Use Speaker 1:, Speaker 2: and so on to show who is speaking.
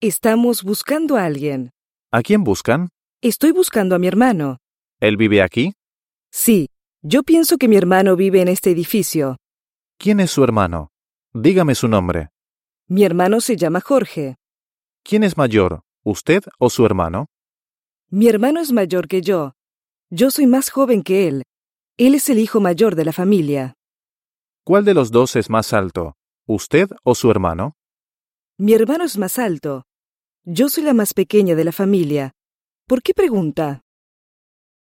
Speaker 1: Estamos buscando a alguien.
Speaker 2: ¿A quién buscan?
Speaker 1: Estoy buscando a mi hermano.
Speaker 2: ¿Él vive aquí?
Speaker 1: Sí, yo pienso que mi hermano vive en este edificio.
Speaker 2: ¿Quién es su hermano? Dígame su nombre.
Speaker 1: Mi hermano se llama Jorge.
Speaker 2: ¿Quién es mayor, usted o su hermano?
Speaker 1: Mi hermano es mayor que yo. Yo soy más joven que él. Él es el hijo mayor de la familia.
Speaker 2: ¿Cuál de los dos es más alto, usted o su hermano?
Speaker 1: Mi hermano es más alto. Yo soy la más pequeña de la familia. ¿Por qué pregunta?